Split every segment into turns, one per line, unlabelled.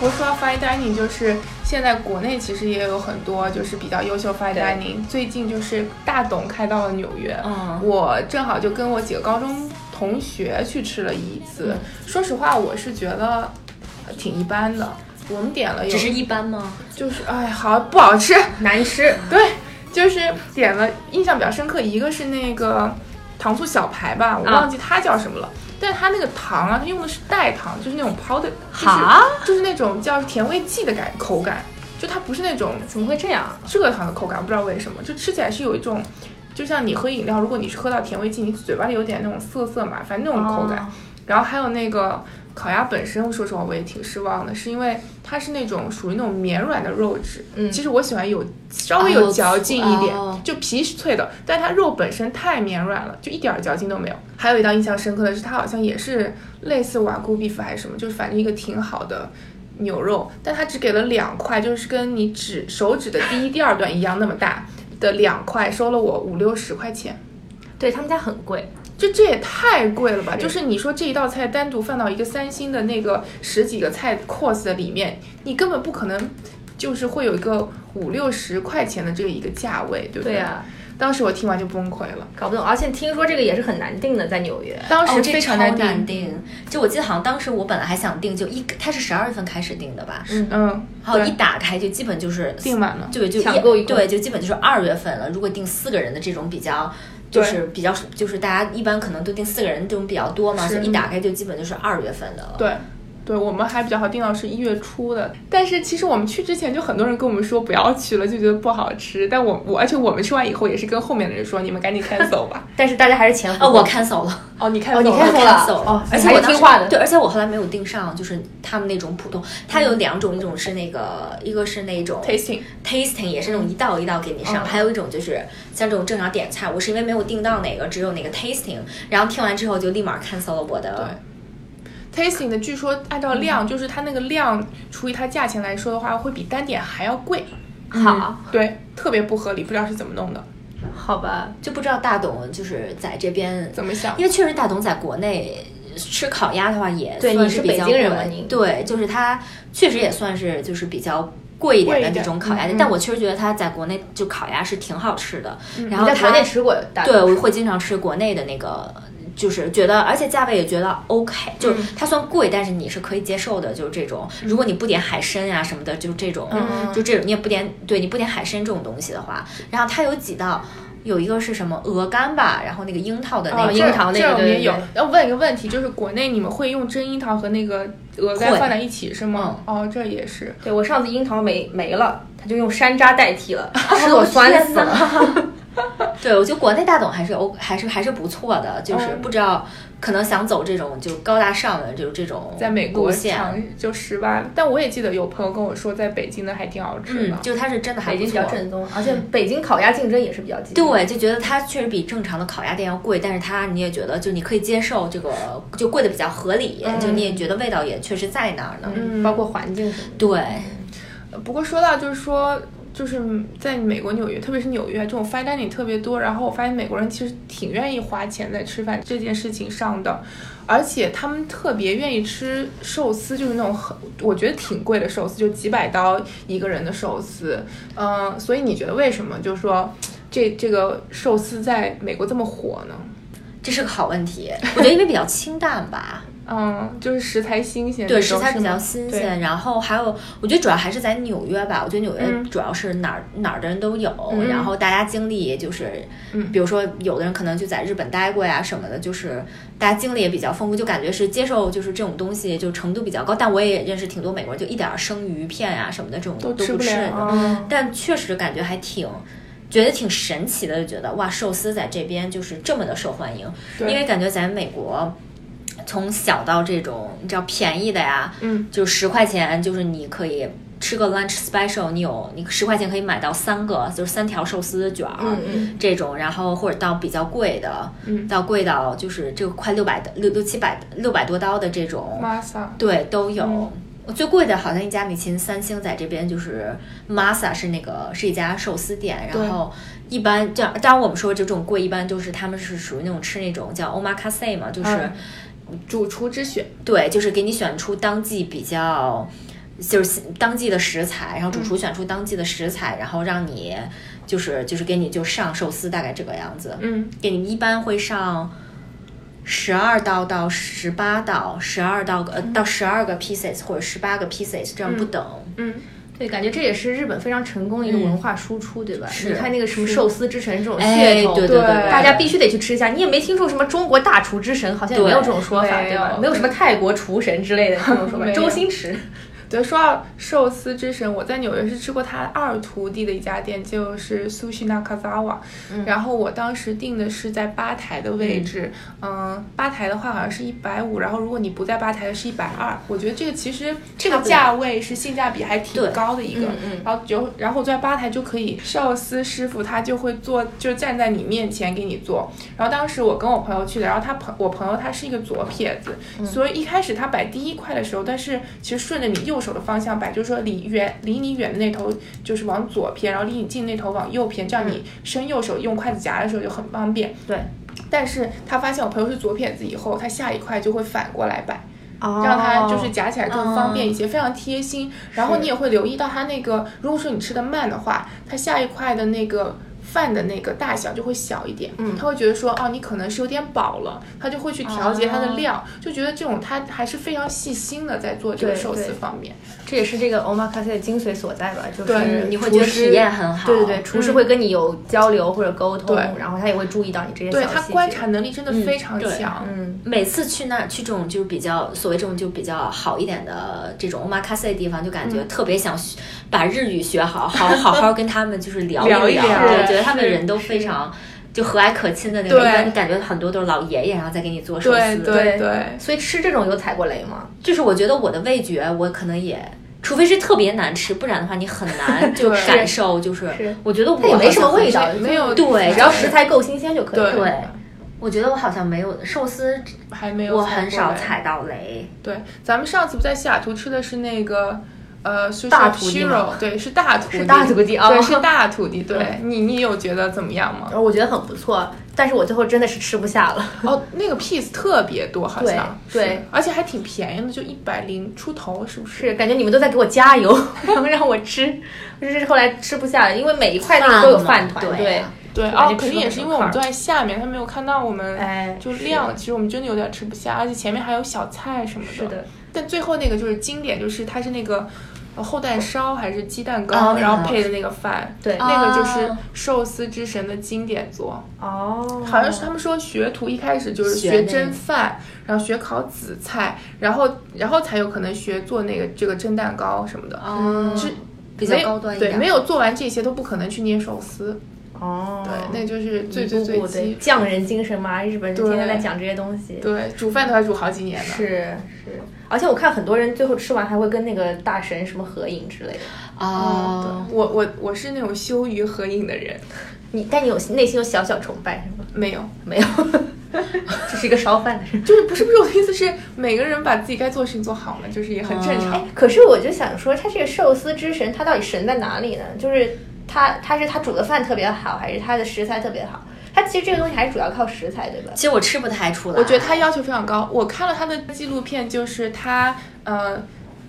我说到 fine dining，就是现在国内其实也有很多就是比较优秀 fine
对
dining。最近就是大董开到了纽约，
嗯，
我正好就跟我几个高中同学去吃了一
嗯
次。说实话，我是觉得呃挺一般的。我们点了有
只是一般吗？
就是哎好不好吃，
难吃，
对，就是点了，印象比较深刻，一个是那个糖醋小排吧，我
啊
忘记它叫什么了。但是它那个糖啊，它用的是代糖，就是那种 powder，就是
哈？
就是那种叫甜味剂的感口感，就它不是那种
怎么会这样？
蔗糖的口感，我不知道为什么，就吃起来是有一种，就像你喝饮料，如果你是喝到甜味剂，你嘴巴里有点那种涩涩嘛，反正那种口感。
哦
然后还有那个烤鸭本身，说实话我也挺失望的，是因为它是那种属于那种绵软的肉质。
嗯
其实我喜欢有稍微有嚼劲一点，
哦
就皮是脆的，但它肉本身太绵软了，就一点儿嚼劲都没有。还有一道印象深刻的是，它好像也是类似瓦古比夫还是什么，就是反正一个挺好的。牛肉，但它只给了两块，就是跟你指手指的第一、第二段一样那么大的两块，收了我五六十块钱。
对他们家很贵，
这这也太贵了吧！
是
就是你说这一道菜单独放到一个三星的那个十几个菜 course 的里面，你根本不可能，就是会有一个五六十块钱的这个一个价位，对不
对
对？
呀、
当时我听完就崩溃了。
搞不懂，而且听说这个也是很难定的，在纽约。
当时
哦，这
非
超
常
难
难
定。
定
就我记得好像当时我本来还想定，就一它是十二月份开始定的吧，
嗯
嗯，
好一
对
打开就基本就是
订满了。
对，就
抢购一空
对，就基本就是二月份了。如果订四个人的这种比较，就是比较就是大家一般可能都订四个人这种比较多嘛，
嗯
是
所以一打开就基本就是二月份的了。
对，对我们还比较好定到是一月初的，但是其实我们去之前就很多人跟我们说不要去了，就觉得不好吃。但我我而且我们吃完以后也是跟后面的人说，你们赶紧 cancel 吧。
但是大家还是前
啊，
后
我 cancel 了，
哦，你 cancel
哦你
了
哦 cancel 了
了，
哦
而且
你
我
还
当时
听话的
对，而且我后来没有订上，就是他们那种普通，它有两种，一种是那个，一个是那种
tasting。
tasting 也是那种一道一道给你上，
嗯
还有一种就是像这种正常点菜，我是因为没有订到哪个，只有哪个 tasting，然后听完之后就立马 cancel 了我的。
tasting 的，据说按照量，就是它那个量除以它价钱来说的话，会比单点还要贵。
好，
对，特别不合理，不知道是怎么弄的，
嗯好吧，
就不知道大董就是在这边
怎么想
因。为确实大董在国内吃烤鸭的话也
对
算
你是
比
北
较
京人嘛
贵
你
对，就是它确实也算是就是比较。贵一点
贵
的
一
那
点
种烤鸭店，
嗯嗯
但我确实觉得它在国内就烤鸭是挺好吃的。然
嗯你
后
在
它
国内吃过大
对，
董
我
是吗
会经常吃国内的那个，就是觉得，而且价位也觉得 OK，就是
嗯
它算贵，但是你是可以接受的，就是这种。如果你不点海参啊什么的，就这种，
嗯
就这种你也不点，对你不点海参这种东西的话，然后它有几道，有一个是什么鹅肝吧，然后那个樱桃的那
哦
个
这
樱桃那
这
个
我
对
们
对
也有
对。
要问一个问题，就是国内你们会用真樱桃和那个鹅肝
会
放在一起是吗？哦，这也是。
对我上次樱桃没没了，他就用山楂代替 了，吃
啊我
我酸
天
死了。
对，我觉得国内大董还是 O，还是还是不错的，就是
嗯
不知道可能想走这种就高大上的，就是这种
在美
路
国
线，
尝就失败了，但我也记得有朋友跟我说，在北京的还挺好吃的
嗯，。就它是真的还
北
不
京比较
错。
正宗，而且北京烤鸭竞争也是比较激烈。
对，就觉得它确实比正常的烤鸭店要贵，但是它你也觉得就你可以接受这个，就贵的比较合理，就你也觉得味道也确实在那儿呢。
嗯，包括环境什么的。
对，
不过说到就是说，就是在美国纽约，特别是纽约这种 fine dining 特别多，然后我发现美国人其实挺愿意花钱在吃饭这件事情上的，而且他们特别愿意吃寿司，就是那种很我觉得挺贵的寿司，就几百刀一个人的寿司，嗯、所以你觉得为什么就是说这这个寿司在美国这么火呢？
这是个好问题，我觉得因为比较清淡吧，
嗯，就是食材新鲜，
对，食材比较新鲜，然后还有，我觉得主要还是在纽约吧，我觉得纽约
嗯
主要是哪儿、哪儿的人都有，
嗯
然后大家经历也就是，
嗯
比如说有的人可能就在日本待过呀什么的，就是大家经历也比较丰富，就感觉是接受就是这种东西就程度比较高，但我也认识挺多美国人就一点儿生鱼片啊什么的这种
都
不
吃不了
的，
嗯
但确实感觉还挺。觉得挺神奇的，就觉得哇，寿司在这边就是这么的受欢迎，因
对
为感觉咱美国从小到这种你知道便宜的呀，
嗯，
就十块钱，就是你可以吃个 lunch special，你有你十块钱可以买到三个，就是三条寿司卷儿、
嗯嗯，
这种，然后或者到比较贵的，
嗯
到贵到就是这个快六百六六七百六百多刀的这种，
，masa，
对，都有。
嗯
最贵的好像一家米其林三星在这边就是 Masa 是那个是一家寿司店，
对
然后一般这样，当然我们说这种贵一般就是他们是属于那种吃那种叫 omakase 嘛，就是、
嗯主厨之选，
对，就是给你选出当季比较就是当季的食材，然后主
嗯
厨选出当季的食材，然后让你就是就是给你就上寿司，大概这个样子。
嗯，
给你一般会上十二道到十八道，十二道呃到十二个 pieces 或者十八个 pieces 这样不等。
嗯，
对，感觉这也是日本非常成功的一个文化输出，对吧？
是
你看那个什么寿司之神这种
哎，
噱头，
对
对
对，
大家必须得去吃一下。你也没听说什么中国大厨之神，好像也
对
没有这种说法，
没有
对吧？没有什么泰国厨神之类的这种说法。
没有
周星驰，
对，说到寿司之神，我在纽约是吃过他二徒弟的一家店，就是 Sushi Nakazawa、然
嗯
后我当时订的是在吧台的位置，嗯、吧台的话好像是一百五，然后如果你不在吧台是一百二。我觉得这个其实这个
不多
价位是性价比还挺
对嗯
高的一个。 然后就然后在吧台就可以，寿司师傅他就会做，就站在你面前给你做。然后当时我跟我朋友去的，然后他朋我朋友他是一个左撇子，所以一开始他摆第一块的时候，但是其实顺着你右手的方向摆，就是说离远离你远的那头就是往左偏，然后离你近那头往右偏，这样你伸右手用筷子夹的时候就很方便。
对。
但是他发现我朋友是左撇子以后，他下一块就会反过来摆。让
哦
它就是夹起来更方便一些，非常贴心。然后你也会留意到它那个，如果说你吃的慢的话，它下一块的那个。饭的那个大小就会小一点，嗯，他会觉得说，哦，你可能是有点饱了，他就会去调节它的量，就觉得这种他还是非常细心的在做这个
对
寿司
对
方面，
这也是这个 omakase 的精髓所在吧？就是
对
你会觉得
厨师
体验很好
对对对，厨师会跟你有交流或者沟通，
对
然后他也会注意到你这些小
对
细节。
他观察能力真的非常
对
强，
嗯，
每次去那儿去这种就是比较所谓这种就比较好一点的这种 omakase 的地方，就感
嗯
觉特别想学把日语学好，好 好好跟他们就是聊
聊一
聊，
聊
对，
是
觉得他们
是
人都非常就和蔼可亲的那种，一
对
般感觉很多都是老爷爷，然后再给你做寿
对
司，
对
对
对，
所以吃这种有踩过雷吗？
就是我觉得我的味觉，我可能也。除非是特别难吃，不然的话你很难就 感受。就是
是
我觉得
它
我
也没什么
好像
味道
是，没有
对
只要食材够新鲜就可以了。
哎对
对，我觉得我好像没有寿司，
还没有
我
踩
很
过
少
雷
踩到雷。
对，咱们上次不在西雅图吃的是那个呃，是
大
是
徒弟
Shiro，对，是大徒弟，
是大徒弟哦嗯
对，是大徒弟。对你，你有觉得怎么样吗？
然后我觉得很不错，但是我最后真的是吃不下了。
哦，那个 piece 特别多，好像
对对
是而且还挺便宜的，就一百零出头，是不是？
是感觉你们都在给我加油， 然后让我吃，就是后来吃不下了，因为每一块那个都有饭团，
饭嘛对
对
啊，
对，
感觉
哦，
吃
可能
了
也
很
是
多
因为我们
块
都在下面，他没有看到我们，
哎
就是量，其实我们真的有点吃不下，而且前面还有小菜什么
是的，
但最后那个就是经典，就是它是那个呃厚蛋烧还是鸡蛋糕，
哦那个
然
很
后
好
配的那个饭，
对
那个就是
啊
寿司之神的经典作。
哦，
好像是他们说学徒一开始就是
学
学
那
蒸
个
饭，然后学烤紫菜，然后然后才有可能学做那个这个蒸蛋糕什么的。
嗯
是
比较
没有
高端一点。
对，没有做完这些都不可能去捏寿司。
哦，
对，那就是最
一
最
步
最
步对
基础。
匠人精神嘛，日本人天天
对
在讲这些东西，
对，煮饭都要煮好几年呢。
是是，而且我看很多人最后吃完还会跟那个大神什么合影之类的，
哦，
我我我是那种羞于合影的人，
你但你有内心有小小崇拜是吗？
没有，
没有， 这是一个烧饭的人。
就是不是不是我的意思是每个人把自己该做的事情做好嘛，就是也很正常。
嗯
哎可是我就想说，他这个寿司之神，他到底神在哪里呢？就是他，他是他煮的饭特别好，还是他的食材特别好？他其实这个东西还是主要靠食材，对吧？
其实我吃不太出来。
我觉得他要求非常高。我看了他的纪录片，就是他呃，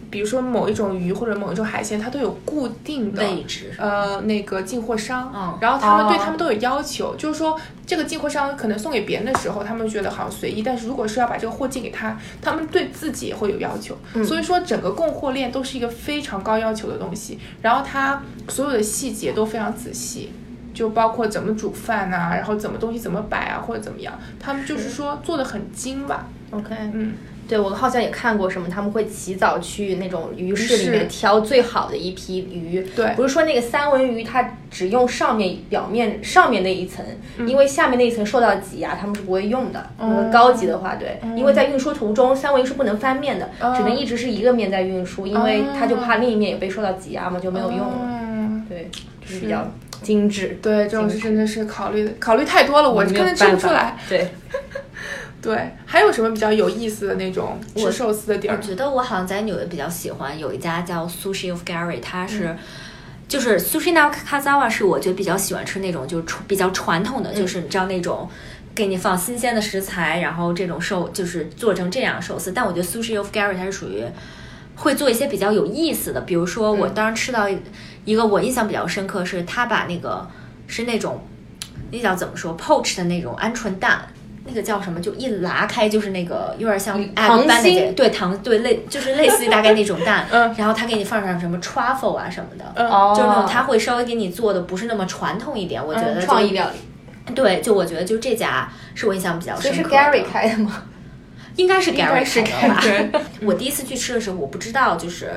比如说某一种鱼或者某一种海鲜，它都有固定的
位置
呃，那个进货商，
嗯
然后他们
哦
对他们都有要求，就是说这个进货商可能送给别人的时候，他们觉得好像随意，但是如果是要把这个货寄给他，他们对自己也会有要求，
嗯
所以说整个供货链都是一个非常高要求的东西，然后它所有的细节都非常仔细。就包括怎么煮饭呐、然后怎么东西怎么摆啊，或者怎么样，他们就是说做的很精吧，
OK，
嗯，
对我好像也看过什么，他们会起早去那种鱼市里
是
面挑最好的一批鱼。
对
不是说那个三文鱼它只用上面表面上面那一层，因为下面那一层受到挤压，他们是不会用的。如果高级的话，对，因为在运输途中三文鱼是不能翻面的，只能一直是一个面在运输，因为它就怕另一面也被受到挤压嘛，就没有用啊了。
嗯，
对，就是比较精致。
对，这种事真的是考虑考虑太多了，我
没
根
有
本吃不
办
出
法
来。。
对，
对，还有什么比较有意思的那种吃寿司的地儿，
我？觉得我好像在纽约比较喜欢有一家叫 Sushi of Gary，它是、就是 Sushi n a k a z a w a 是我觉得比较喜欢吃那种就是传比较传统的，就是你知道那种。给你放新鲜的食材，然后这种寿就是做成这样寿司。但我觉得 Sushi of Gary 它是属于会做一些比较有意思的，比如说我当时吃到一个我印象比较深刻，是他把那个是那种那叫怎么说 poached 的那种鹌鹑蛋。那个叫什么？就一拉开就是那个有点像
嗯糖
哎，般那
心
个对糖对类就是类似于大概那种蛋
嗯
然后他给你放上什么 truffle 啊什么的，
嗯
哦，
就是那种他会稍微给你做的不是那么传统一点，我觉
嗯
得就
创意料理，
对，就我觉得就这家是我印象比较
所
深
以
刻
是
的。
Gary 开的吗？
应该是 Gary
该是
开的吧
Gary
我第一次去吃的时候，我不知道就是。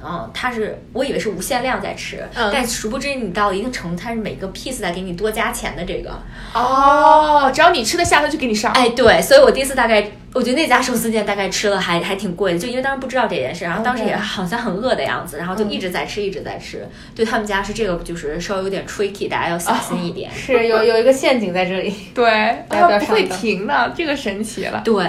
嗯，它是我以为是无限量在吃，
嗯
但殊不知你到了一定程度，它是每个 piece 在给你多加钱的这个。
哦，只要你吃得下，他就给你上。
哎，对，所以我第一次大概，我觉得那家寿司店大概吃了还还挺贵的，就因为当时不知道这件事，然后当时也
OK 嗯
好像很饿的样子，然后就一直在吃，一直在吃。对他们家是这个，就是稍微有点 tricky，大家要小
哦
心一点。
是有有一个陷阱在这里。
对，
哎
大家不要
它不会
上当
停的，这个神奇了。
对，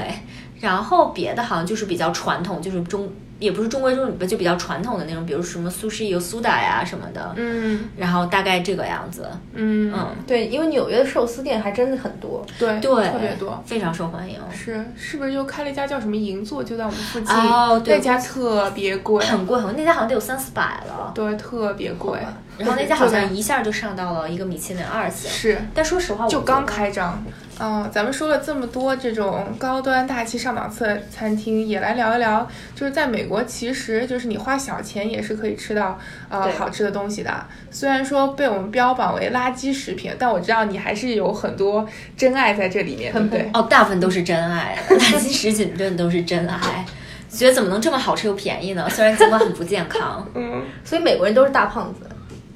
然后别的好像就是比较传统，就是中也不是中规中矩吧，就比较传统的那种，比如什么苏式油苏打呀什么的，
嗯
然后大概这个样子。
嗯
嗯，
对，因为纽约的寿司店还真的很多。
对
对，
特别多。
非常受欢迎。
是是不是又开了一家叫什么银座，就在我们附近？
哦对
那家特别贵，
很贵，很贵，那家好像得有三四百了。
对，特别贵。
然后那家好
就在
像一下就上到了一个米其林二星。
是
但说实话，我
就
觉
刚
得
开张。嗯、咱们说了这么多这种高端大气上档次的餐厅，也来聊一聊，就是在美国，其实就是你花小钱也是可以吃到呃
对
好吃的东西的。虽然说被我们标榜为垃圾食品，但我知道你还是有很多真爱在这里面，对不对？
哦，大部分都是真爱， 垃圾食品真的都是真爱。觉得怎么能这么好吃又便宜呢？虽然尽管很不健康，
嗯，
所以美国人都是大胖子，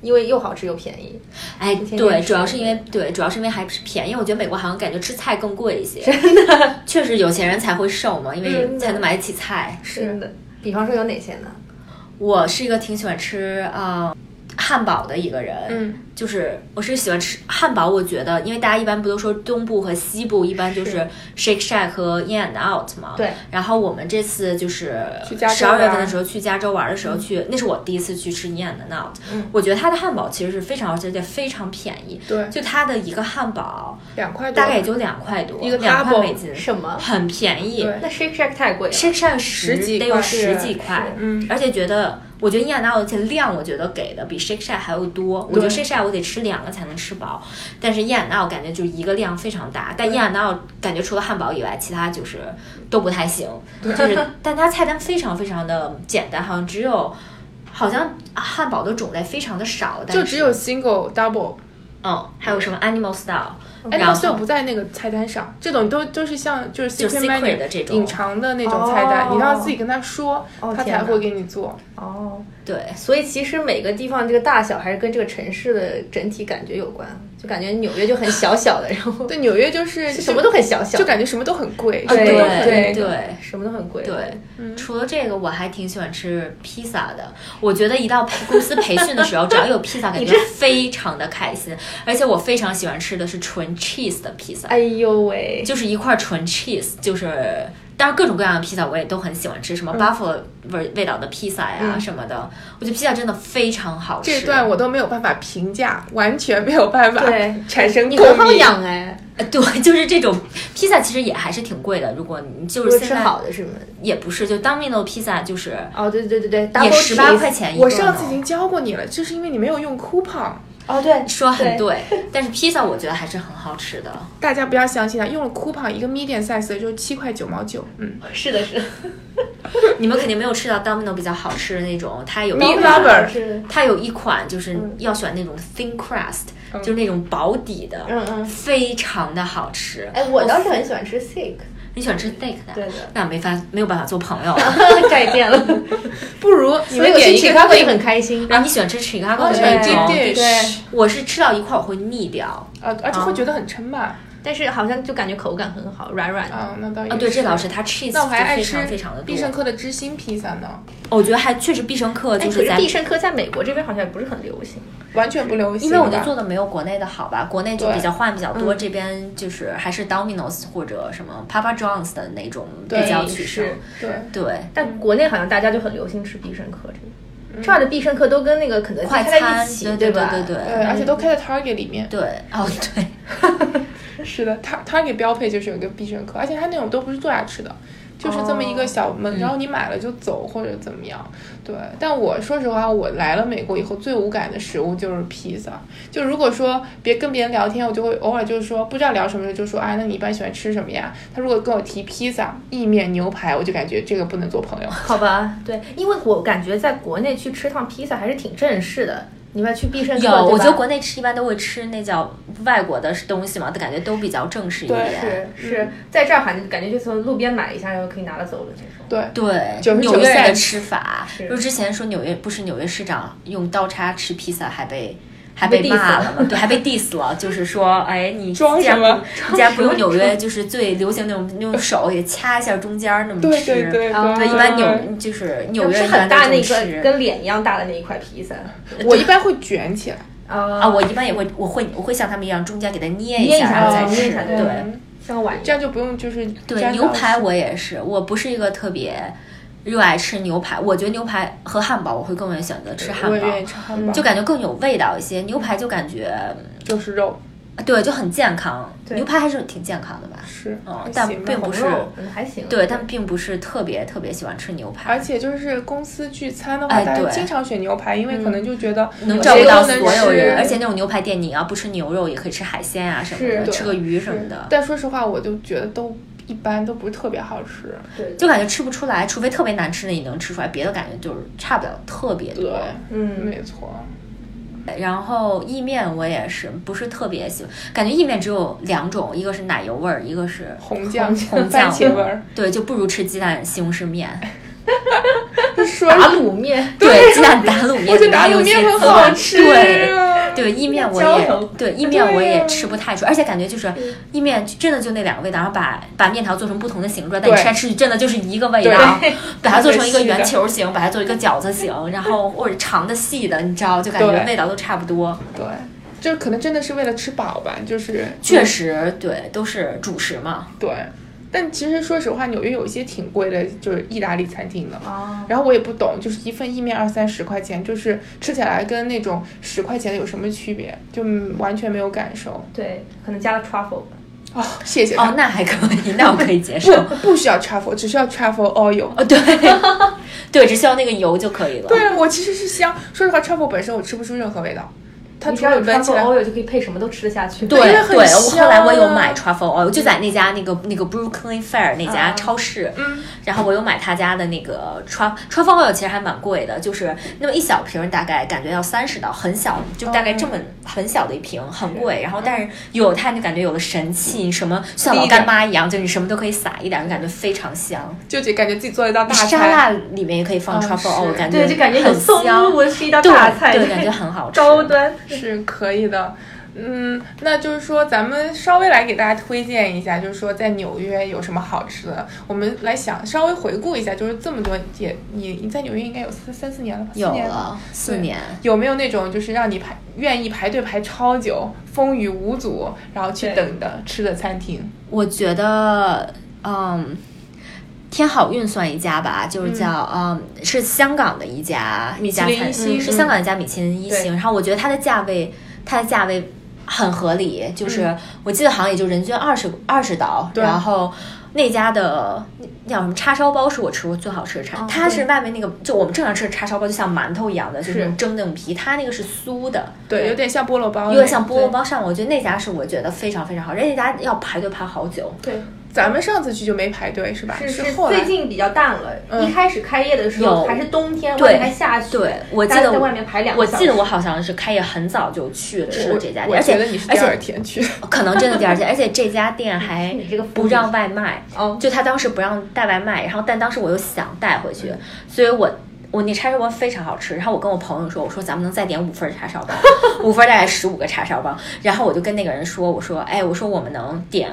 因为又好吃又便宜。
哎，
天
对，
吃
主要是因为对，主要是因为还是便宜。我觉得美国好像感觉吃菜更贵一些，真的， 确实有钱人才会瘦嘛，因为
嗯
才能买得起菜。
真的。比方说有哪些呢？
我是一个挺喜欢吃啊、呃汉堡的一个人，
嗯，
就是我是喜欢吃汉堡。我觉得，因为大家一般不都说东部和西部一般就是 Shake Shack 和 In and Out 嘛，
对。
然后我们这次就是
去加州
十二月份
玩
的时候去加州玩的时候去，那是我第一次去吃 In and Out，、
嗯
我觉得它的汉堡其实是非常好吃，而且非常便宜。
对，
就它的一个汉堡
两块多，
大概也就两块多，
一个
两块
double
美金，
什么？
很便宜。
对
那 Shake Shack 太贵了。
Shake Shack
十几
得有
块
十
是
几块，
是
嗯
而且觉得，我觉得亚纳奥这量，我觉得给的比 Shake Shack 还要多。我觉得 Shake Shack 我得吃两个才能吃饱，但是亚纳奥感觉就是一个量非常大，但亚纳奥感觉除了汉堡以外，其他就是都不太行。就是，但它菜单非常非常的简单，好像只有，好像汉堡的种类非常的少，但
就是只有 single double，
嗯，还有什么 Animal Style，
哎，
然
那
后
就不在那个菜单上，这种都都是像就是
就
secret
Secret
menu
的这种
隐，藏的那种菜
哦
单，你要自己跟他说，
哦
他
天
才
哪
会给你做。
哦，
对。
所以其实每个地方这个大小还是跟这个城市的整体感觉有关。就感觉纽约就很小小的，然 后
对，纽约就是
什么都很小小，
就感觉什么都很贵，
啊
什么
对嗯
都很
对
贵。
对
什么都很贵。
对，除了这个，我还挺喜欢吃披萨的。我觉得一到培公司培训的时候，只要有 披萨，感觉非常的开心。而且我非常喜欢吃的是纯 cheese 的披萨，
哎呦喂，
就是一块纯 cheese，就是。当然，各种各样的披萨我也都很喜欢吃，什么 buffalo 味味道的披萨呀、
嗯
什么的，我觉得披萨真的非常好吃。
这段我都没有办法评价，完全没有办法
对
产生
你
共
很好
鸣。
养哎，
呃对，就是这种披萨其实也还是挺贵的，如果你就
如
是
果
现
吃
在
好的是吗？
也不是，就 Domino 披萨就是
哦，对对对对对，
也
double
十八
cheese
块。钱一个
我
呢。
上次已经教过你了，就是因为你没有用 coupon，
哦，对，
说很
对。
对， 但是披萨我觉得还是很好吃的。
大家不要相信啊，用了 coupon 一个 medium size 的就是七块九毛九，嗯
是的，是的。
你们肯定没有吃到 Domino 比较好吃的那种，它有
Meat lover
是
它有一款就是要选那种 thin crust，、就是那种薄底的，
嗯嗯
非常的好吃。
哎，我倒是很喜欢吃 steak，
你喜欢吃 thick 的，
对的
那没法没有办法做朋友了。
改变 了。
不如你
所以
们
我
点
去
一个
Chicago 也很开心。
然后你喜欢吃 Chicago 的
对
那
哦
种，
deep
对
dish，
我是吃到一块儿我会腻掉。
呃，而且会觉得很撑吧？
但是好像就感觉口感很好，软软的。
啊，那倒也
啊，对，这倒是，它 cheese
那我还爱
就非
吃
常非常的多
必。胜客的芝心披萨呢，
哦我觉得还确实必胜客
哎，
就
可是
在
必胜客在美国这边好像也不是很流行。
完全不流行
因
吧。
为我觉得做的没有国内的好吧，国内就
对嗯
比较换比较多，这边就是还是 Domino's 或者什么 Papa John's 的那种比
对
较取胜。
对，
对，
但国内好像大家就很流行吃必胜客，这个这儿的必胜客都跟那个肯德基
快
开在
餐
一，起，
对对
吧？
对对
呃，而且都开在 Target 里面。
对，哦对，
是的，它它给标配就是有一个必胜客，而且它那种都不是做啥吃的，就是这么一个小门，
哦
然后你买了就走或者怎么样。对，但我说实话，我来了美国以后最无感的食物就是披萨。就如果说别跟别人聊天，我就会偶尔就是说不知道聊什么，就说哎，那你一般喜欢吃什么呀？他如果跟我提披萨、意面、牛排，我就感觉这个不能做朋友。
好吧，对，因为我感觉在国内去吃趟披萨还是挺正式的。你们去必胜客
有，我觉得国
内
内吃一般都会吃那叫外国的东西嘛，感觉都比较正式一
对
点。
是是在这儿好像感觉就从路边买一下，然后可以拿了走的这种。
对，
对，
99
纽约人的
cents
吃法，
是
就之前说纽约不是纽约市长用刀叉吃披萨还被。还
被 diss
被骂
了
了嘛？对，还被 diss 了，就是说，哎，你
装
既然
什么
不既然不用纽约，就是最流行那种用手给掐一下中间儿那么吃。
对对对
啊
对，一般纽就是纽约
是
一般
很
都
大
这么
那
吃
个跟脸一样大的那一块披萨
我一般会卷起来。
啊
啊，我一般也会，我会我会像他们一样，中间给它捏
捏一
下，
下
然后再
哦
捏
吃
一下。对
对
像个碗一
这
样。
样就不用就是
对，
沾
牛
到
排
吃
我也是，我不是一个特别热爱吃牛排，我觉得牛排和汉堡我会更愿意选择吃汉
我也
堡，
愿意吃汉堡，
就感觉更有味道一些。牛排就感觉
就是肉
对，就很健康，
对
牛排还是挺健康的吧？
是
嗯
还，
但
行吧
并
红
不是
肉嗯还行。
对，但并不是特别特别喜欢吃牛
而
排。
且就是公司聚餐的话，
哎
大家
对
经常选牛排，因为可
嗯
能就觉得
能
有
照顾
谁
到
都
所
能
有
吃
人，而且那种牛排店，你要不吃牛肉，也可以吃海鲜啊什么
是
的，
对
吃个鱼什么
是
的，
嗯但说实话，我就觉得都一般，都不是特别好吃。
对，
就感觉吃不出来，除非特别难吃的你能吃出来，别的感觉就是差不了特别
对
多。，
嗯，
没错。
然后意面我也是不是特别喜欢，感觉意面只有两种，一个是奶油味儿，一个是
红酱、
红
番
酱
茄味 儿，
对，就不如吃鸡蛋西红柿面。
说
打卤面
对，鸡蛋打卤面，
我觉得打
啊哪有
卤面
些
很
滋
好
味
吃
对。
啊。
对意面我
浇
也
头
对意面我
对啊呀
也吃不太出，而且感觉就是意面真的就那两个味道，然后把把面条做成不同的形状，但你
对
吃来吃去真的就是一个味
对
道， 把它做成一个
是的
圆球形，把它做一个饺子形，然后或者长的细的，你知道，就感
对嗯
觉味道都差不多。
对，就是可能真的是为了吃饱吧，就是
确实，对，都是主食嘛。
对。但其实说实话，纽约有一些挺贵的，就是意大利餐厅的。
啊，
然后我也不懂，就是一份意面二三十块钱，就是吃起来跟那种十块钱的有什么区别？就嗯完全没有感受。
对，可能加了 truffle 吧。
哦，谢谢他。
哦，那还可以， 那我可以接受。
不， 不需要 truffle，只需要 truffle oil。
哦， 对，对，只需要那个油就可以了。
对啊我其实是香，说实话，truffle 本身我吃不出任何味道，它
你
除
只要
了
有
闻起
truffle
来，
oil 就可以配什么都吃得下去。
对
因为很
对，我后来我有
香啊
买 truffle oil，就在那家那个那个 Brooklyn Fair 那家
啊
超市，
嗯，
然后我有买他家的那个 truff truffle oil，其实还蛮贵的，就是那么一小瓶，大概感觉要三十刀，很小，就大概这么很小的一瓶，很贵。然后但是有它，你就感觉有了神器，什么像老干妈一样，就你什么都可以撒一点，就感觉非常香。
就觉感觉自己做了一道大
沙
菜。
拉里面也可以放
嗯
truffle oil，、
啊是
感觉
对，就感觉有
很
松
香，
露是一道
对
大菜，
对，感觉很好吃。
高端。
是可以的。嗯，那就是说，咱们稍微来给大家推荐一下，就是说在纽约有什么好吃的。我们来想稍微回顾一下，就是这么多也你你在纽约应该有三三四年了吧？四
有
年
了四
对
年。
有没有那种就是让你排愿意排队排超久、风雨无阻，然后去
对
等的吃的餐厅？
我觉得，嗯，天好运算一家吧，就是叫嗯是香港的一家
米
一
其
家
林
餐
一星嗯
厅，是香港一家米其林一
对
星。然后我觉得它的价位，它的价位很合理，就是、我记得好像也就人均二十二十刀，
嗯对
然后。那家的那叫什么叉烧包是我吃过最好吃的叉，
哦
它
对
是外面那个就我们正常吃的叉烧包，就像馒头一样的，就是那
是
种蒸那种皮，它那个是酥的，
对，
对
有点像菠萝包，
有点像菠萝。包上。我觉得那家是我觉得非常非常好，而且那家要排队排好久。
对，
咱们上次去就没排队是吧？
是是
后
最
来
近比较淡了。
嗯
一开始开业的时
有
候还是冬天，
对
外面还下雪。
对，我记
大家
得
在
我
外面排两
我
个小时。
记得我好像是开业很早就去吃了
我
这家
我
店，
觉
而且
得你是
而
第二
且
天去，
可能真的 第二天，而且这家店还
你这个
不让外卖，
哦，
就他当时不让带外卖，然后但当时我又想带回
嗯
去，所以我。我那叉烧包非常好吃，然后我跟我朋友说，我说咱们能再点五份叉烧 包，五份大概十五个叉烧包，然后我就跟那个人说，我说，哎，我说我们能点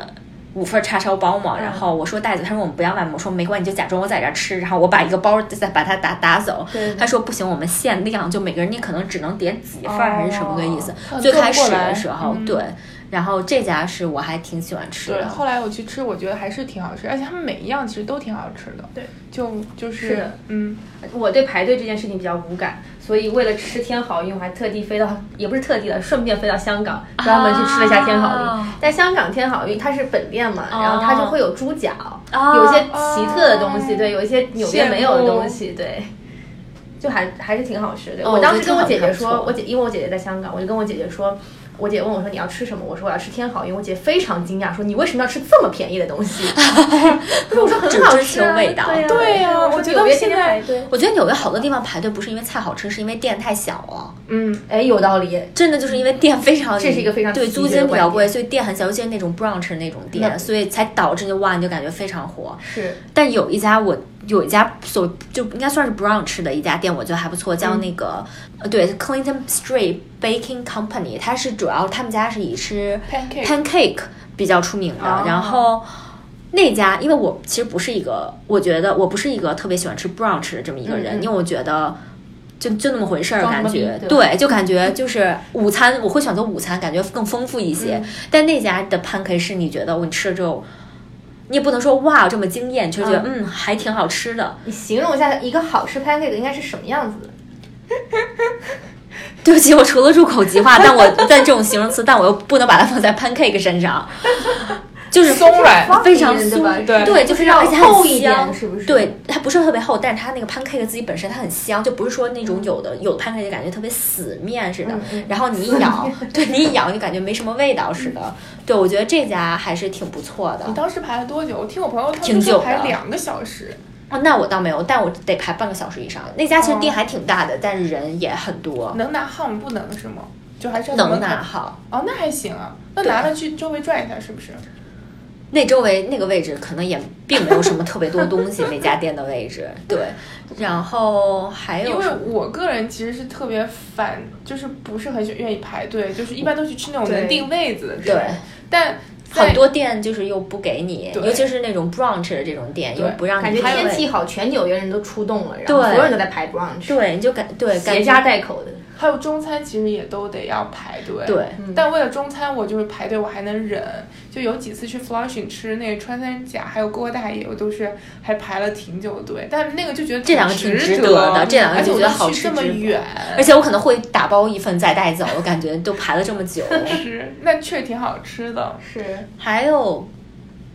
五份叉烧包嘛，
嗯
然后我说带走，他说我们不要外卖，我说没关系，你就假装我在这儿吃，然后我把一个包再把它打打走，
对
他说不行，我们限量，就每个人你可能只能点几份儿还是什么个意思。
哦
最开始
做不过来
的时候，
嗯
对，然后这家是我还挺喜欢吃
对，啊
的。
后来我去吃，我觉得还是挺好吃，而且他们每一样其实都挺好吃的。
对，
就就是
是的
嗯，
我对排队这件事情比较无感，所以为了吃天好运，我还特地飞到，也不是特地了，顺便飞到香港，专门去吃了一下天好运。
啊
但香港天好运它是本店嘛，
哦
然后它就会有猪脚，
啊
有一些奇特的东西，
哦
对，有一些纽约没有
羡
的
慕
东西，对。就还还是挺好吃的。
哦
我当时
我觉得
跟我姐姐
挺
说，
好吃
我姐因为我姐姐在香港，我就跟我姐姐说，我姐问我说你要吃什么，我说我要吃天好，因为我姐非常惊讶，说你为什么要吃这么便宜的东西？ 不是我说很好吃啊，
只追求味道
对呀、
对呀
呀、
我觉得
纽约
现
天天
在
排队，
我觉得纽约好多地方排队不是因为菜好吃，是因为店太小了。
嗯，
哎，有道理，
真的就是因为店非常，
这是一个非常
对
奇
租
的
金比较
观
贵，所以店很小，尤其是那种 brunch 那种
那
店，所以才导致就哇，你就感觉非常火。
是
但有一家我有一家所就应该算是 brunch 的一家店，我觉得还不错，
嗯
叫那个、呃对 Clinton Street Baking Company，它是主要他们家是以吃
Pancake
pancake 比较出名的，
哦
然后。那家，因为我其实不是一个，我觉得我不是一个特别喜欢吃 brunch 的这么一个人，
嗯嗯
因为我觉得就就那么回事儿，
装那
感
么
觉
逼对
对，就感觉就是午餐，我会选择午餐，感觉更丰富一些。
嗯
但那家的 pancake 是你觉得哦我你吃了之后，你也不能说哇这么惊艳，就觉得嗯还挺好吃的。
你形容一下一个好吃 pancake 应该是什么样子的？
对不起，我除了入口即化，但我 但这种形容词，但我又不能把它放在 pancake 身上，就是
松软
非常
对
松
吧，
对
对，就是让
要
而且它
厚
很
一点
香，
是不是
对，它不是特别厚，但是它那个 pancake 自己本身它很香，就不是说那种有的有的 pancake 就感觉特别死面似的，
嗯嗯
然后你一咬，对你一咬就感觉没什么味道似
嗯
的。对，我觉得这家还是挺不错的
你。当时排了多久？我听我朋友他
挺
们
久
说
的
排两个小时，
哦，那我倒没有，但我得排半个小时以上。那家其实
哦
店还挺大的，但是人也很多，
能拿 h 不能是吗？就还是要在
哦能
门口
拿好。
哦，那还行啊，那拿了去周围转一下是不是？
那周围那个位置可能也并没有什么特别多东西，那家店的位置 对，然后还
因
有
为
什么
我个人其实是特别反，就是不是很喜愿意排队，就是一般都去吃那种
对
能定位子的
对
店。但在
很多店就是又不给你，
对
尤其是那种 brunch 的这种店又
对
不让
感
你
觉
排
天
队
气好，全纽约人都出动了，然后
对
所有人都在排 brunch，，
对，你就感对
携
感
家
觉
带口的。
还有中餐其实也都得要排队。
对。
嗯
但为了中餐，我就是排队，我还能忍。就有几次去 Flushing 吃那个穿山甲，还有锅大爷，我都是还排了挺久的队。但那个就觉得
这两个挺
挺
值
得啊
得的这两个
而且
就
我
觉得
都
好
去
吃
这么
值得
远，
而且我可能会打包一份再带走，我感觉都排了这么久。
吃那确实挺好吃的。
是
还有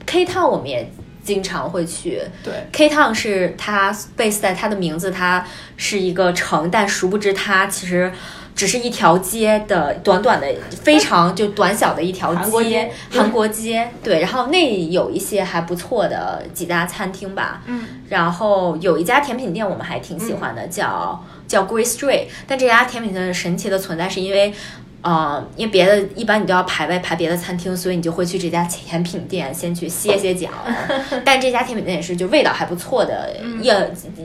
K Town 我们也经常会去，
对，
K Town 是它 base 在它的名字，它是一个城，但殊不知它其实只是一条街的短短的非常就短小的一条街，
韩国街
韩国街对。然后那有一些还不错的几家餐厅吧，
嗯，
然后有一家甜品店我们还挺
嗯
喜欢的，叫叫 Grey Street。但这家甜品店的神奇的存在是因为。呃，因为别的一般你都要排位排别的餐厅，所以你就会去这家甜品店先去歇歇脚。但这家甜品店也是，就味道还不错的，也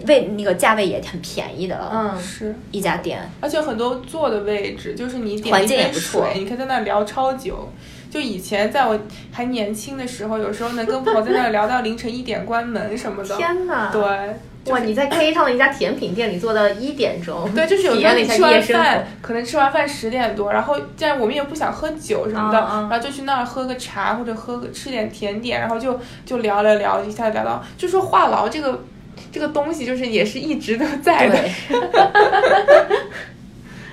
味那个价位也很便宜的
嗯，
是。
一家店。
而且很多坐的位置，就是你点
环
一
境也
杯
不错
水，你可以在那儿聊超久。就以前在我还年轻的时候，有时候能跟朋友在那儿聊到凌晨一点关门什么
嗯
的。
天哪！
对
哇，你在 K 上的一家甜品店里做到一点钟，
对，就是有
体
时
验
候
了
你
一下
吃
夜
完
生活
饭，，可能吃完饭十点多，然后但我们也不想喝酒什么的，
嗯嗯
然后就去那儿喝个茶或者喝个吃点甜点，然后就就聊了聊，一下聊到就说话痨这个这个东西，就是也是一直都在的。
对，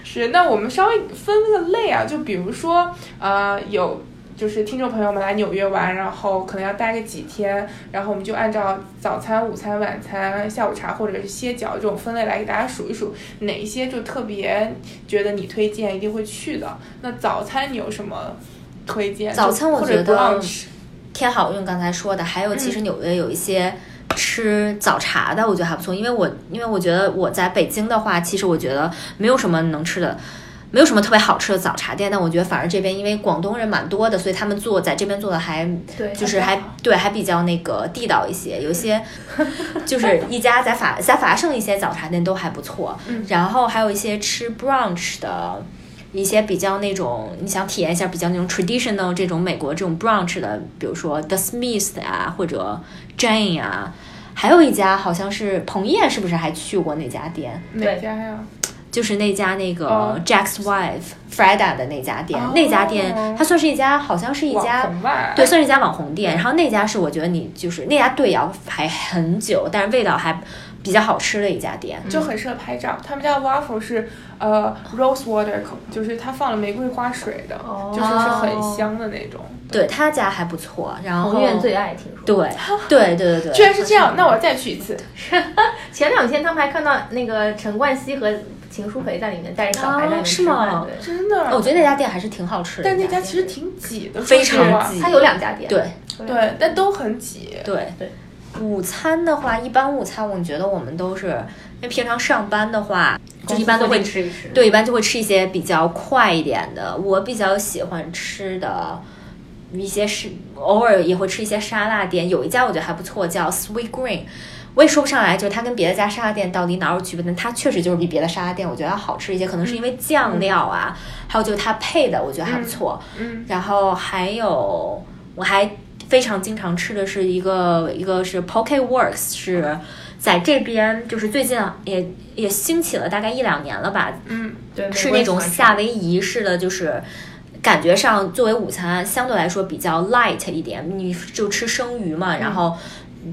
是，那我们稍微分个类啊，就比如说，呃，有就是听众朋友们来纽约玩，然后可能要待个几天，然后我们就按照早餐、午餐、晚餐、下午茶或者是歇脚这种分类来给大家数一数，哪一些就特别觉得你推荐一定会去的。那早餐你有什么推荐？
早餐我
或者
觉得
brunch
天好运刚才说的，还有其实纽约有一些吃早茶的，我觉得还不错，因为我因为我觉得我在北京的话，其实我觉得没有什么能吃的。没有什么特别好吃的早茶店，但我觉得反而这边因为广东人蛮多的，所以他们做在这边做的还
对，
就是还对还比较那个地道一些，有一 些就是一家在法在法圣一些早茶店都还不错，
嗯
然后还有一些吃 brunch 的。一些比较那种你想体验一下比较那种 traditional 这种美国这种 brunch 的，比如说 The Smith 啊，或者 Jane 啊，还有一家好像是彭烨是不是还去过那家店？
哪家呀？
就是那家那个
哦
Jack's Wife Freda 的那家店，
哦
那家店它算是一家好像是一家
网红吧？
对，，算是一家网红店。然后那家是我觉得你就是那家队要排很久，但是味道还比比较好吃的一家店，
嗯就很适合拍照。他们家的 waffle 是呃 rose water，就是它放了玫瑰花水的，
哦
哦
就是是很香的那种。
对他家还不错，然后
彭院最爱听说。
对对对对对，
哦居然是这样，那我再去一次。
前两天他们还看到那个陈冠希和秦淑培在里面带着小孩在里面
啊
吃
是吗
饭，对，
真的，
哦我觉得那家店还是挺好吃的，
但那家
家
其实挺挤的，
非
说实话
常挤，
他啊有两家店，
对
对，但都很挤。
对
对。
午餐的话，一般午餐我觉得我们都是，因为平常上班的话，就一般都会
公司附近吃一吃
对，一般就会吃一些比较快一点的。我比较喜欢吃的一些是，偶尔也会吃一些沙拉店。有一家我觉得还不错，叫 Sweet Green。我也说不上来，就是它跟别的家沙拉店到底哪有区别，但它确实就是比别的沙拉店我觉得要好吃一些，可能是因为酱料啊，还有就是它配的我觉得还不错。
嗯嗯，
然后还有我还非常经常吃的是一个一个是 Poke Works，是在这边就是最近也也兴起了大概一两年了吧，
嗯，
对，
是
美国
那
也
种
喜欢吃
夏威夷式的，就是感觉上作为午餐相对来说比较 light 一点，你就吃生鱼嘛，
嗯
然后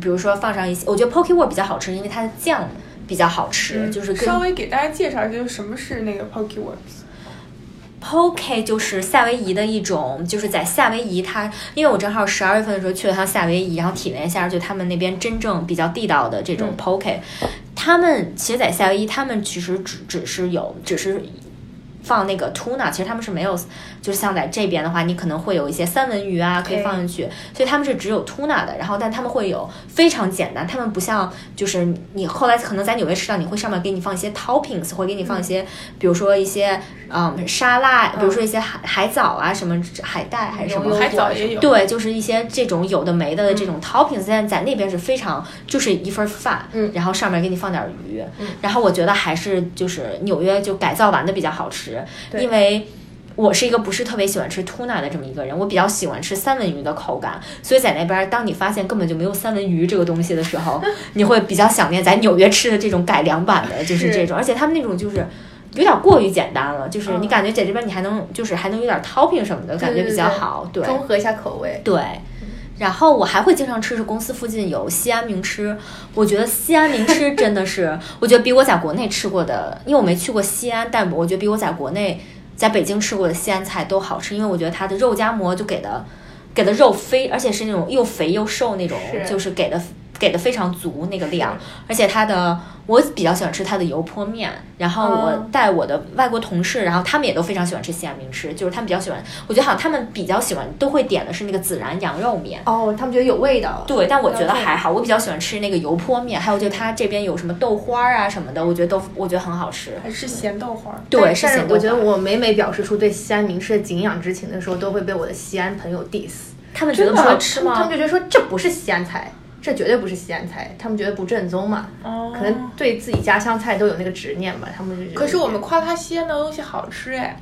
比如说放上一些，我觉得 poke word 比较好吃，因为它的酱比较好吃，
嗯
就是跟
稍微给大家介绍一下，就是什么是那个 Poke Works。
Poke 就是夏威夷的一种，就是在夏威夷它，因为我正好十二月份的时候去了趟夏威夷，然后体验一下就他们那边真正比较地道的这种 Poke。他们其实，在夏威夷，他们其实只只是有，只是放那个 tuna，其实他们是没有，就是像在这边的话，你可能会有一些三文鱼啊可以放进去，所以他们是只有 tuna 的。然后，但他们会有非常简单，他们不像就是你后来可能在纽约吃到，你会上面给你放一些 toppings，会给你放一些，比如说一些嗯沙拉，比如说一些海海藻啊什么海带还是什
牛
么
油
海藻也有，
对，就是一些这种有的没的这种 toppings，现在在那边是非常就是一份饭，
嗯
然后上面给你放点鱼，
嗯
然后我觉得还是就是纽约就改造完的比较好吃，
对
因为。我是一个不是特别喜欢吃 tuna 的这么一个人，我比较喜欢吃三文鱼的口感，所以在那边，当你发现根本就没有三文鱼这个东西的时 候，你会比较想念在纽约吃的这种改良版的，就是
是
这种，而且他们那种就是有点过于简单了，就是你
嗯
感觉在这边你还能就是还能有点 topping 什么的感觉
对
比
对
较
对
好，对，
中和一下口味，
对，然后我还会经常吃，是公司附近有西安名吃。我觉得西安名吃真的是， 我觉得比我在国内吃过的，因为我没去过西安，但我觉得比我在国内在北京吃过的西安菜都好吃，因为我觉得它的肉夹馍就给的给的肉非，而且是那种又肥又瘦那种，
是
就是给的给的非常足那个量，而且它的。我比较喜欢吃它的油泼面，然后我
哦
带我的外国同事，然后他们也都非常喜欢吃西安名吃，就是他们比较喜欢，我觉得好像他们比较喜欢都会点的是那个孜然羊肉面，
哦，他们觉得有味道，
对，但我觉得
了解
还好，我比较喜欢吃那个油泼面，还有就它这边有什么豆花儿啊什么的，我觉得都我觉得很好吃。
还是咸豆花。
对，
但
是
但
咸
是
豆
我觉得
花。
我每每表示出对西安名吃的敬仰之情的时候，都会被我的西安朋友 diss，
他们觉得
真的
不好
好吃
吃
他
吗
们？就觉得说这不是西安菜，这绝对不是西安菜，他们觉得不正宗嘛，
哦
可能对自己家乡菜都有那个执念吧，他们就觉得。
可是我们夸他西安的东西好吃哎，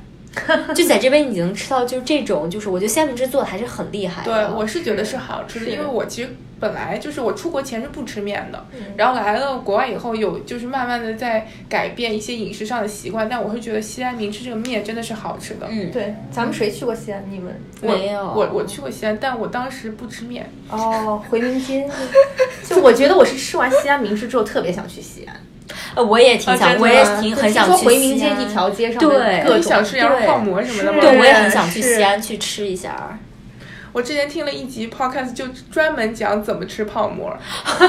就在这边你能吃到，就是这种，就是我觉得西安名吃做的还是很厉害
对
的。
我是觉得是好吃的，
是
因为我其实本来就是我出国前是不吃面的，
嗯
然后来了国外以后有就是慢慢的在改变一些饮食上的习惯，但我会觉得西安名吃这个面真的是好吃的。
嗯，
对，咱们谁去过西安？你们
我
没有
我我去过西安，但我当时不吃面，
哦，回民 街。就我觉得我是吃完西安名吃之后，特别想去西安。
呃，我也挺
啊
想，
真的
我也
吗
挺
就
很
听
想
说
去
回民
西
街
安
一条街上
对
面各
就
种
想吃羊肉泡馍什么的嘛。
是
对，我也很想去
是
西安去吃一下。
我之前听了一集 podcast，就专门讲怎么吃泡馍，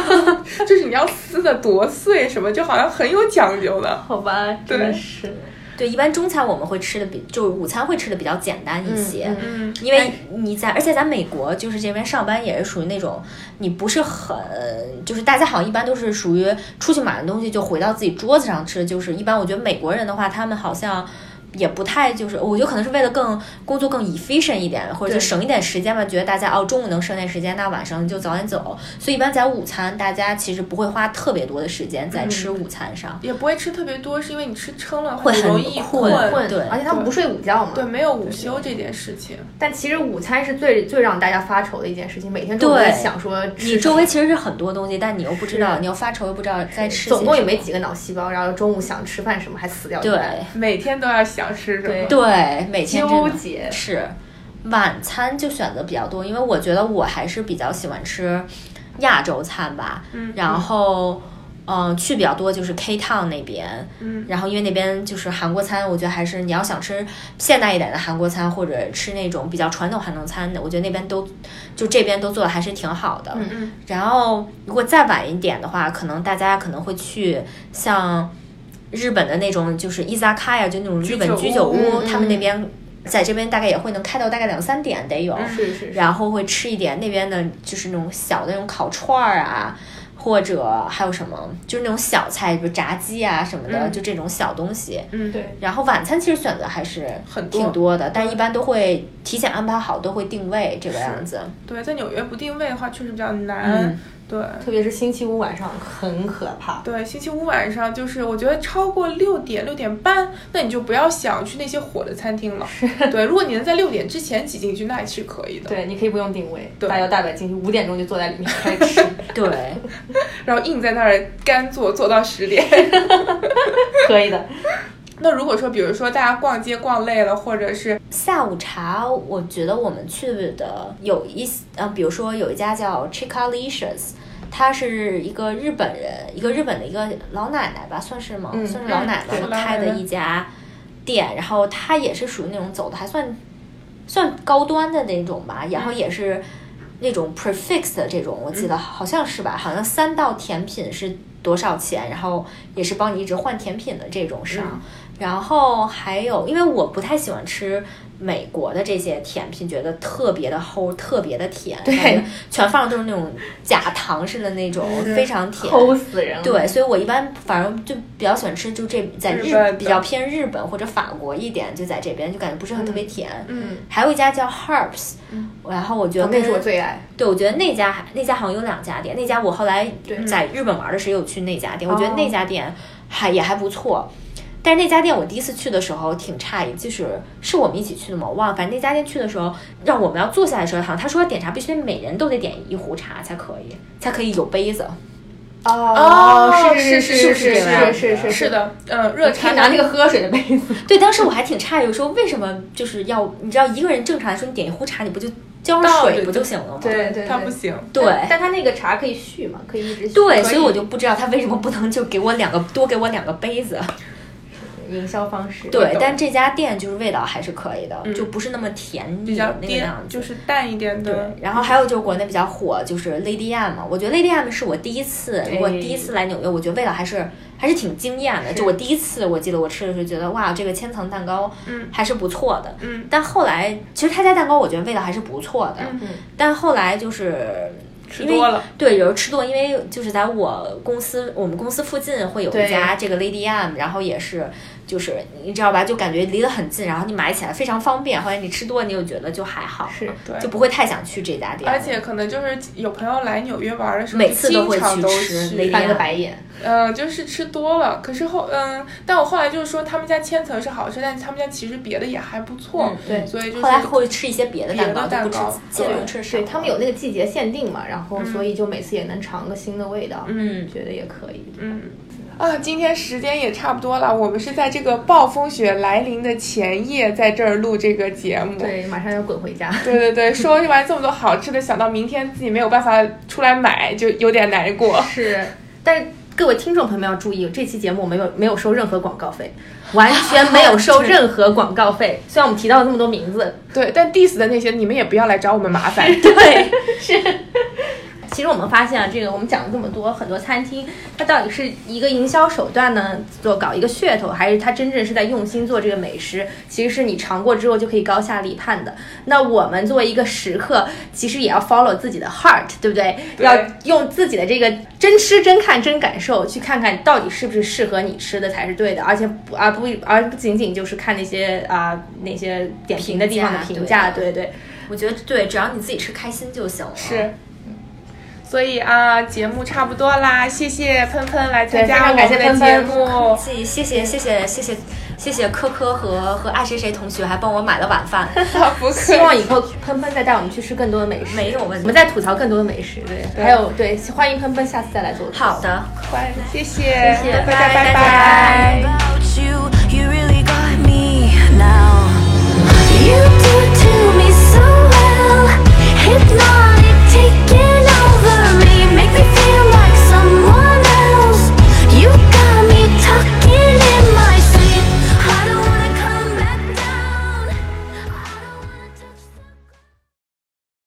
就是你要撕的多碎什么，就好像很有讲究的。
好吧，真的是。
对，一般中餐我们会吃的比，就是午餐会吃的比较简单一些。
嗯
嗯，
因为你在，而且在美国就是这边上班也是属于那种，你不是很，就是大家好像一般都是属于出去买完东西就回到自己桌子上吃，就是一般我觉得美国人的话，他们好像。也不太就是，我觉得可能是为了更工作更 efficient 一点，或者
对
就省一点时间吧。觉得大家哦，中午能省点时间，那晚上就早点走。所以一般在午餐，大家其实不会花特别多的时间在
嗯
吃午餐上。
也不会吃特别多，是因为你吃撑了
会很
容易
困
困，
对
嗯而且他们不睡午觉嘛。
对，没有午休这件事情。
但其实午餐是最最让大家发愁的一件事情，每天中午
对
在想说吃
你
什
周
么
围其实是很多东西，但你又不知道，
是
你又发愁，又不知道该吃些什么。
总共也没几个脑细胞，然后中午想吃饭什么还死掉一
对
半，
每天都要想吃什么
对。
对，每天真的
纠结
是晚餐就选择比较多，因为我觉得我还是比较喜欢吃亚洲餐吧。
嗯
然后嗯、去比较多就是 K Town 那边，
嗯，
然后因为那边就是韩国餐，我觉得还是你要想吃现代一点的韩国餐，或者吃那种比较传统韩国餐的，我觉得那边都就这边都做的还是挺好的。
嗯
嗯
然后如果再晚一点的话，可能大家可能会去像日本的那种就是伊萨卡呀，就那种日本居
居酒屋
酒屋，
嗯嗯
他们那边在这边大概也会能开到大概两三点得有。
嗯
是是是，
然后会吃一点那边的，就是那种小的那种烤串儿啊，或者还有什么，就是那种小菜，比如炸鸡啊什么的，
嗯
就这种小东西。
嗯，
对，
然后晚餐其实选择还是
很多
挺多的，但一般都会提前安排好，都会定位这个样子。
对，在纽约不定位的话确实比较难
嗯，
对。
特别是星期五晚上很可怕。
对，星期五晚上就是，我觉得超过六点、六点半，那你就不要想去那些火的餐厅了。对，如果你能在六点之前挤进去，那也是可以的。
对，你可以不用定位，
对
大摇大摆进去，五点钟就坐在里面开始吃，
对，
然后硬在那儿干坐，坐到十点。
可以的。
那如果说，比如说大家逛街逛累了，或者是
下午茶，我觉得我们去的有一些呃，比如说有一家叫 Chickalicious，他是一个日本人，一个日本的一个老奶奶吧，算是吗？
嗯
算是老奶奶
嗯对
开的一家店，然后他也是属于那种走的还算算高端的那种吧，然后也是那种 prefix 的这种，我记得好像是吧，好像三道甜品是多少钱，然后也是帮你一直换甜品的这种商。然后还有，因为我不太喜欢吃美国的这些甜品，觉得特别的齁，特别的甜，
对
感觉全放的都是那种假糖似的那种，
是
非常甜。
齁死人了。
对，所以我一般反正就比较喜欢吃，就这在
嗯日本的
比较偏日本或者法国一点，就在这边就感觉不是很特别甜。
嗯
还有一家叫 Herbs，、
嗯
然后我觉得
那是
跟
我最爱。
对，我觉得那家那家好像有两家店，那家我后来在日本玩的时候有去那家店，我觉
哦
得那家店还也还不错。但是那家店我第一次去的时候挺诧异，就是是我们一起去的吗？我忘了，反正那家店去的时候，让我们要坐下来的时候，好像他说要点茶必须每人都得点一壶茶才可以，才可以有杯子。
哦
是
是
是
是
是
这样
是是是
是，的，嗯，热
可
茶
以拿那个喝水的杯子。
对，当时我还挺诧异，我说为什么就是要你知道一个人正常来说你点一壶茶，你不就浇上
倒
水
着
不就行了吗？
对对
它不行。
对
但它那个茶可以续嘛，可以一直续。
对，
可
所
以
以我就不知道他为什么不能就给我两个多给我两个杯子。
营销方式。
对
懂，
但这家店就是味道还是可以的，就不是那么甜
比
腻
较
的那个
颠
样，子。
就是淡一点
对
的，。
然后还有就是国内比较火，就是 Lady M 嘛，我觉得 Lady M 是我第一次，如果第一次来纽约，我觉得味道还是还是挺惊艳的。就我第一次，我记得我吃的时候觉得哇，这个千层蛋糕
嗯
还是不错的。
嗯
但后来其实他家蛋糕我觉得味道还是不错的，
嗯
但后来就是
吃多了，
对，有时候吃多，因为就是在我公司，我们公司附近会有一
对
家这个 Lady M，然后也是就是你知道吧，就感觉离得很近，然后你买起来非常方便。后来你吃多，你又觉得就还好，
是
对
就不会太想去这家店了。
而且可能就是有朋友来纽约玩的时候，
每次
就
都会
经常
去
都
吃
去
雷
翻个白眼。
嗯，就是吃多了，可是后嗯，但我后来就是说他们家千层是好吃，但是他们家其实别的也还不错，
嗯
对
所以就是
后来会吃一些别的
别
蛋
的
糕，
蛋
就
糕
不吃
对
煎饼吃少
对
了。
他们有那个季节限定嘛，然后所以就每次也能尝个新的味道，
嗯
觉得也可以。
嗯。啊，今天时间也差不多了，我们是在这个暴风雪来临的前夜，在这儿录这个节目。
对，马上要滚回家。
对对对，说完这么多好吃的，想到明天自己没有办法出来买，就有点难过。
是，但是各位听众朋友们要注意，这期节目我没有没有收任何广告费，完全没有 收任何广告费。虽然我们提到了这么多名字，
对，但 diss 的那些你们也不要来找我们麻烦。
对，是。其实我们发现啊，这个我们讲了这么多，很多餐厅它到底是一个营销手段呢，做搞一个噱头，还是它真正是在用心做这个美食？其实是你尝过之后就可以高下立判的。那我们作为一个食客，其实也要 follow 自己的 heart，对不对？
对
要用自己的这个真吃、真看、真感受去看看到底是不是适合你吃的才是对的，而且不而不而不仅仅就是看那些啊、那些点评的地方的
评价
评价，对
对
对。
我觉得对，只要你自己吃开心就行了。
是，所以啊，节目差不多啦，谢谢喷喷来参加我
对非常感
们
谢
的
喷
节
喷
目。
谢谢谢谢谢谢谢谢谢科科和和爱谁谁同学还帮我买了晚饭，
不客
希望以后喷喷再带我们去吃更多的美食，
没有问
我
题
们再吐槽更多的美食。对，还有对，欢迎喷喷下次再来做客。
好的。
气，谢谢，
谢谢
大家
拜
拜
拜
拜
Bye.